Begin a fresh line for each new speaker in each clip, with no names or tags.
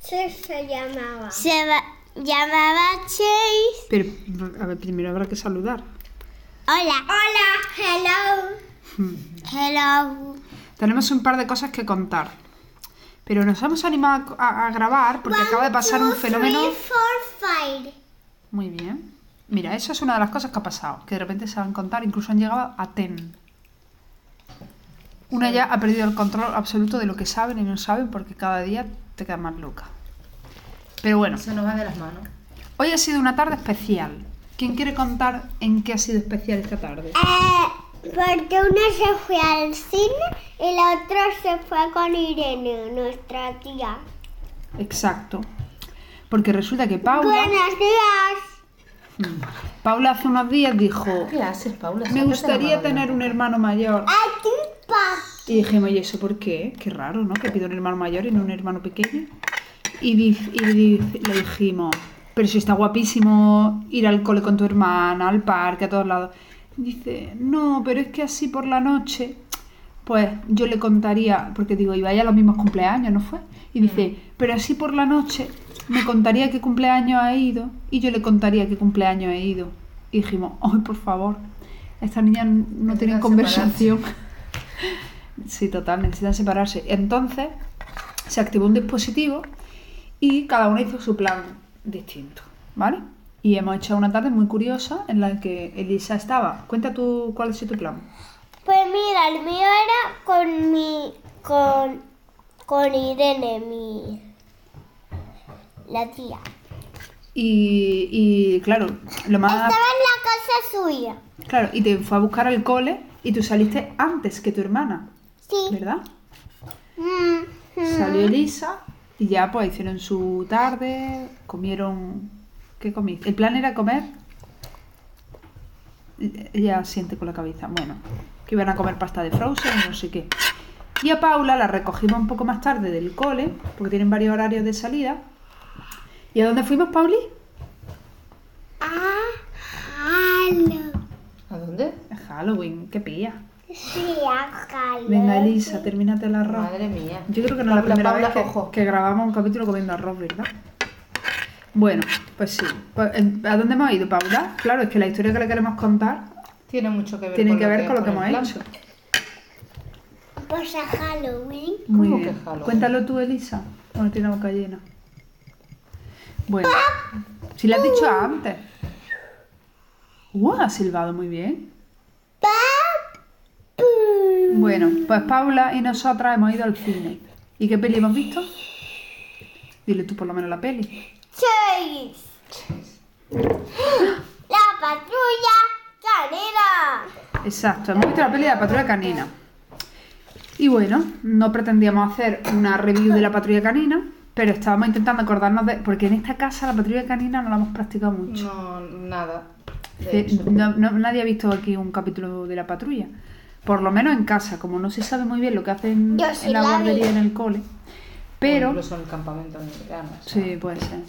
Chase se llamaba.
Se va- llamaba Chase.
Pero, a ver, primero habrá que saludar.
Hola.
Hola, hello.
Hello.
Tenemos un par de cosas que contar. Pero nos hemos animado a, a- a grabar porque acaba de pasar un
Two,
fenómeno.
Three, four, five.
Muy bien. Mira, eso es una de las cosas que ha pasado, que de repente se van a contar, incluso han llegado a TEN. Una ya ha perdido el control absoluto de lo que saben y no saben porque cada día te queda más loca. Pero bueno,
Eso nos va de las manos.
hoy ha sido una tarde especial. ¿Quién quiere contar en qué ha sido especial esta tarde?
Eh, porque uno se fue al cine y la otra se fue con Irene, nuestra tía.
Exacto. Porque resulta que Paula,
Buenos días.
Paula hace unos días dijo,
¿Qué haces, Paula?
me
Sácate la
gustaría
mano de la
tener un hermano mayor.
A ti, pa.
Y dijimos, ¿y eso por qué? Qué raro, ¿no? Que pida un hermano mayor y no un hermano pequeño. Y, di- y di- le dijimos, pero si está guapísimo ir al cole con tu hermana, al parque, a todos lados. Dice, no, pero es que así por la noche, pues yo le contaría, porque digo, iba ya a los mismos cumpleaños, ¿no fue? Y dice, pero así por la noche me contaría qué cumpleaños ha ido y yo le contaría qué cumpleaños he ido. Y dijimos, ay, por favor, estas niñas no
Necesitan
tienen
separarse.
conversación. Sí, total, necesitan separarse. Entonces se activó un dispositivo y cada uno hizo su plan distinto, ¿vale? Y hemos hecho una tarde muy curiosa en la que Elisa estaba. Cuenta tú cuál ha sido tu plan.
Pues mira, el mío era con mi. con. con Irene, mi. la tía.
Y, y, claro, lo más.
Estaba en la casa suya.
Claro, y te fue a buscar al cole y tú saliste antes que tu hermana,
Sí.
¿verdad?
Mm,
Mm-hmm.
Salió Elisa y ya pues hicieron su tarde, comieron... ¿Qué comí? El plan era comer... Ella siente con la cabeza. Bueno, que iban a comer pasta de frozen y no sé qué. Y a Paula la recogimos un poco más tarde del cole, porque tienen varios horarios de salida. ¿Y a dónde fuimos, Pauli?
Ah, hello.
mano. ¿A dónde?
A Halloween, qué pilla.
Sí, a hello.
Venga, Elisa, termínate el arroz.
Madre mía.
Yo creo que no es la
Paula,
primera
Paula,
vez que,
ojo.
que grabamos un capítulo comiendo arroz, ¿verdad? Bueno, pues sí. Pues, ¿en- ¿A dónde hemos ido, Paula? Claro, es que la historia que le queremos contar
Tiene mucho que ver
tiene
con
que
lo
ver con lo que
el
hemos
plan.
hecho.
Pues a Halloween.
¿Cómo
Muy
que
bien.
Halloween?
Cuéntalo tú, Elisa. Bueno, tiene boca llena. Bueno, si le has dicho antes. ¡Uh! Ha silbado muy bien. Bueno, pues Paula y nosotras hemos ido al cine. ¿Y qué peli hemos visto? Dile tú por lo menos la peli.
Chase. La patrulla canera.
Exacto, hemos visto la peli de la patrulla canina. Y bueno, no pretendíamos hacer una review de la patrulla canina, pero estábamos intentando acordarnos de. Porque en esta casa la patrulla canina no la hemos practicado mucho.
No, nada. De
Eh,
hecho.
no- no- nadie ha visto aquí un capítulo de la patrulla. Por lo menos en casa, como no se sabe muy bien lo que hacen
Yo sí
en la
la vi.
guardería y en el cole. Pero.
O Incluso en el campamento americano. o sea.
Sí, puede ser.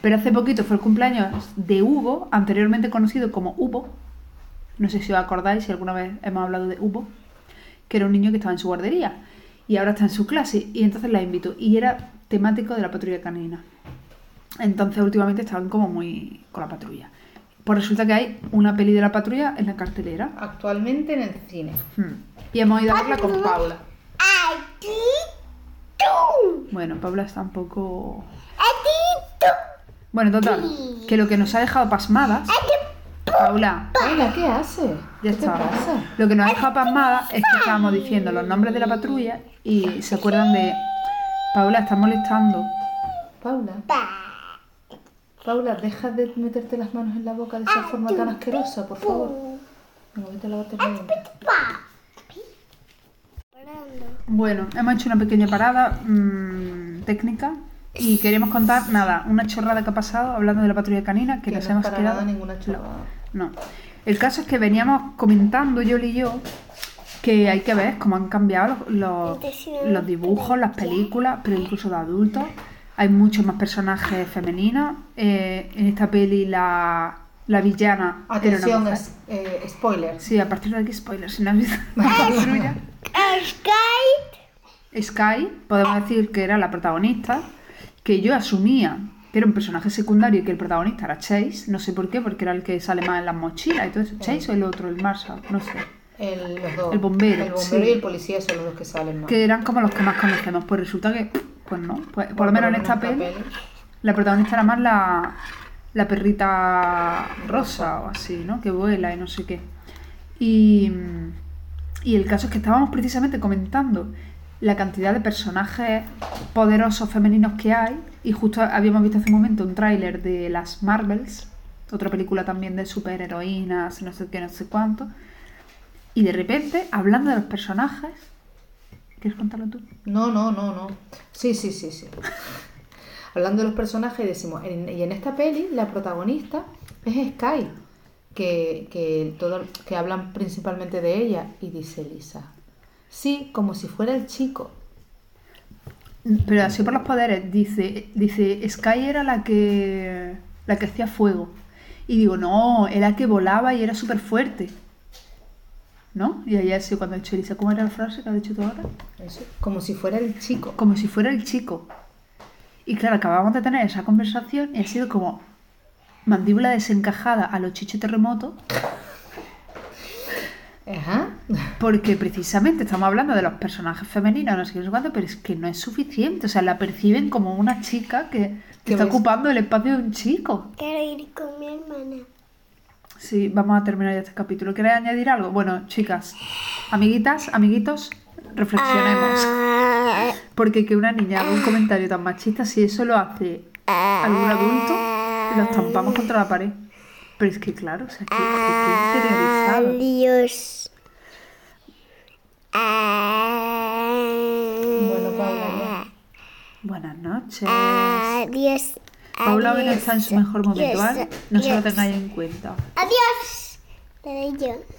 Pero hace poquito fue el cumpleaños de Hugo, anteriormente conocido como Hugo. No sé si os acordáis, si alguna vez hemos hablado de Hugo, que era un niño que estaba en su guardería y ahora está en su clase. Y entonces la invitó. Y era temático de la patrulla canina. Entonces últimamente estaban como muy con la patrulla. Pues resulta que hay una peli de la patrulla en la cartelera.
Actualmente en el cine.
Hmm. Y hemos ido a verla con Paula.
A ti, tú.
Bueno, Paula está un poco...
A ti, tú.
Bueno, total, que lo que nos ha dejado pasmadas... Paula,
Paula, ¿qué haces?
Ya
¿Qué te
está.
pasa?
Lo que nos ha dejado pasmada es que estábamos diciendo los nombres de la patrulla y se acuerdan de. Paula, estás molestando.
Paula,
Pa.
Paula, deja de meterte las manos en la boca de esa forma tan asquerosa, por favor. Venga, vete a lavarte la boca.
Bueno, hemos hecho una pequeña parada mm, técnica y queremos contar nada, una chorrada que ha pasado hablando de la patrulla canina que,
Que no
nos
es
hemos
para
quedado.
nada ninguna chorrada.
No. El caso es que veníamos comentando, yo y yo, que hay que ver cómo han cambiado los, los- los dibujos, las películas, pero incluso de adultos. Hay muchos más personajes femeninos. Eh, en esta peli la, la villana era una
Atención,
mujer.
es, eh, spoilers.
Sí, a partir de aquí, spoilers, si no has visto la patrulla.
Sky.
Sky, podemos decir que era la protagonista, que yo asumía que era un personaje secundario y que el protagonista era Chase, no sé por qué, porque era el que sale más en las mochilas y todo
Eh.
eso. Chase o el otro, el Marshall, no sé.
El, los dos.
El bombero,
El bombero
sí.
y el policía son los dos que salen más.
Que eran como los que más conocemos, pues resulta que, pues no, pues, por lo menos en esta peli, la protagonista era más la, la perrita rosa o así, ¿no? Que vuela y no sé qué. Y, y el caso es que estábamos precisamente comentando la cantidad de personajes poderosos femeninos que hay y justo habíamos visto hace un momento un tráiler de las Marvels, otra película también de superheroínas, no sé qué, no sé cuánto. Y de repente, hablando de los personajes, ¿quieres contarlo tú?
No, no, no, no. Sí, sí, sí, sí. Hablando de los personajes, decimos, en- y en esta peli la protagonista es Sky, que, que, todo, que hablan principalmente de ella, y dice Lisa, sí, como si fuera el chico.
Pero así por los poderes, dice, dice, Sky era la que la que hacía fuego. Y digo, no, era que volaba y era súper fuerte. ¿No? Y ahí así cuando he dicho Elisa, ¿cómo era la frase que has dicho tú ahora?
Eso, como si fuera el chico.
Como si fuera el chico. Y claro, acabamos de tener esa conversación y ha sido como mandíbula desencajada a los chichos terremotos,
Ajá.
porque precisamente estamos hablando de los personajes femeninos, no sé qué, no sé cuánto, pero es que no es suficiente. O sea, la perciben como una chica que, que
Que
está
ves-
ocupando el espacio de un chico.
Quiero ir con mi hermana.
Sí, vamos a terminar ya este capítulo. ¿Queréis añadir algo? Bueno, chicas, amiguitas, amiguitos, reflexionemos.
Ah,
Porque que una niña haga un comentario tan machista, si eso lo hace algún adulto, lo estampamos contra la pared. Pero es que claro, o sea, que, que qué interiorizado.
adiós. Ah,
Bueno, Paula,
Buenas noches.
Ah, Adiós.
Paula hoy no está en su mejor momento,
Adiós.
¿vale? No se lo
Adiós.
tengáis en cuenta.
Adiós. Le doy yo.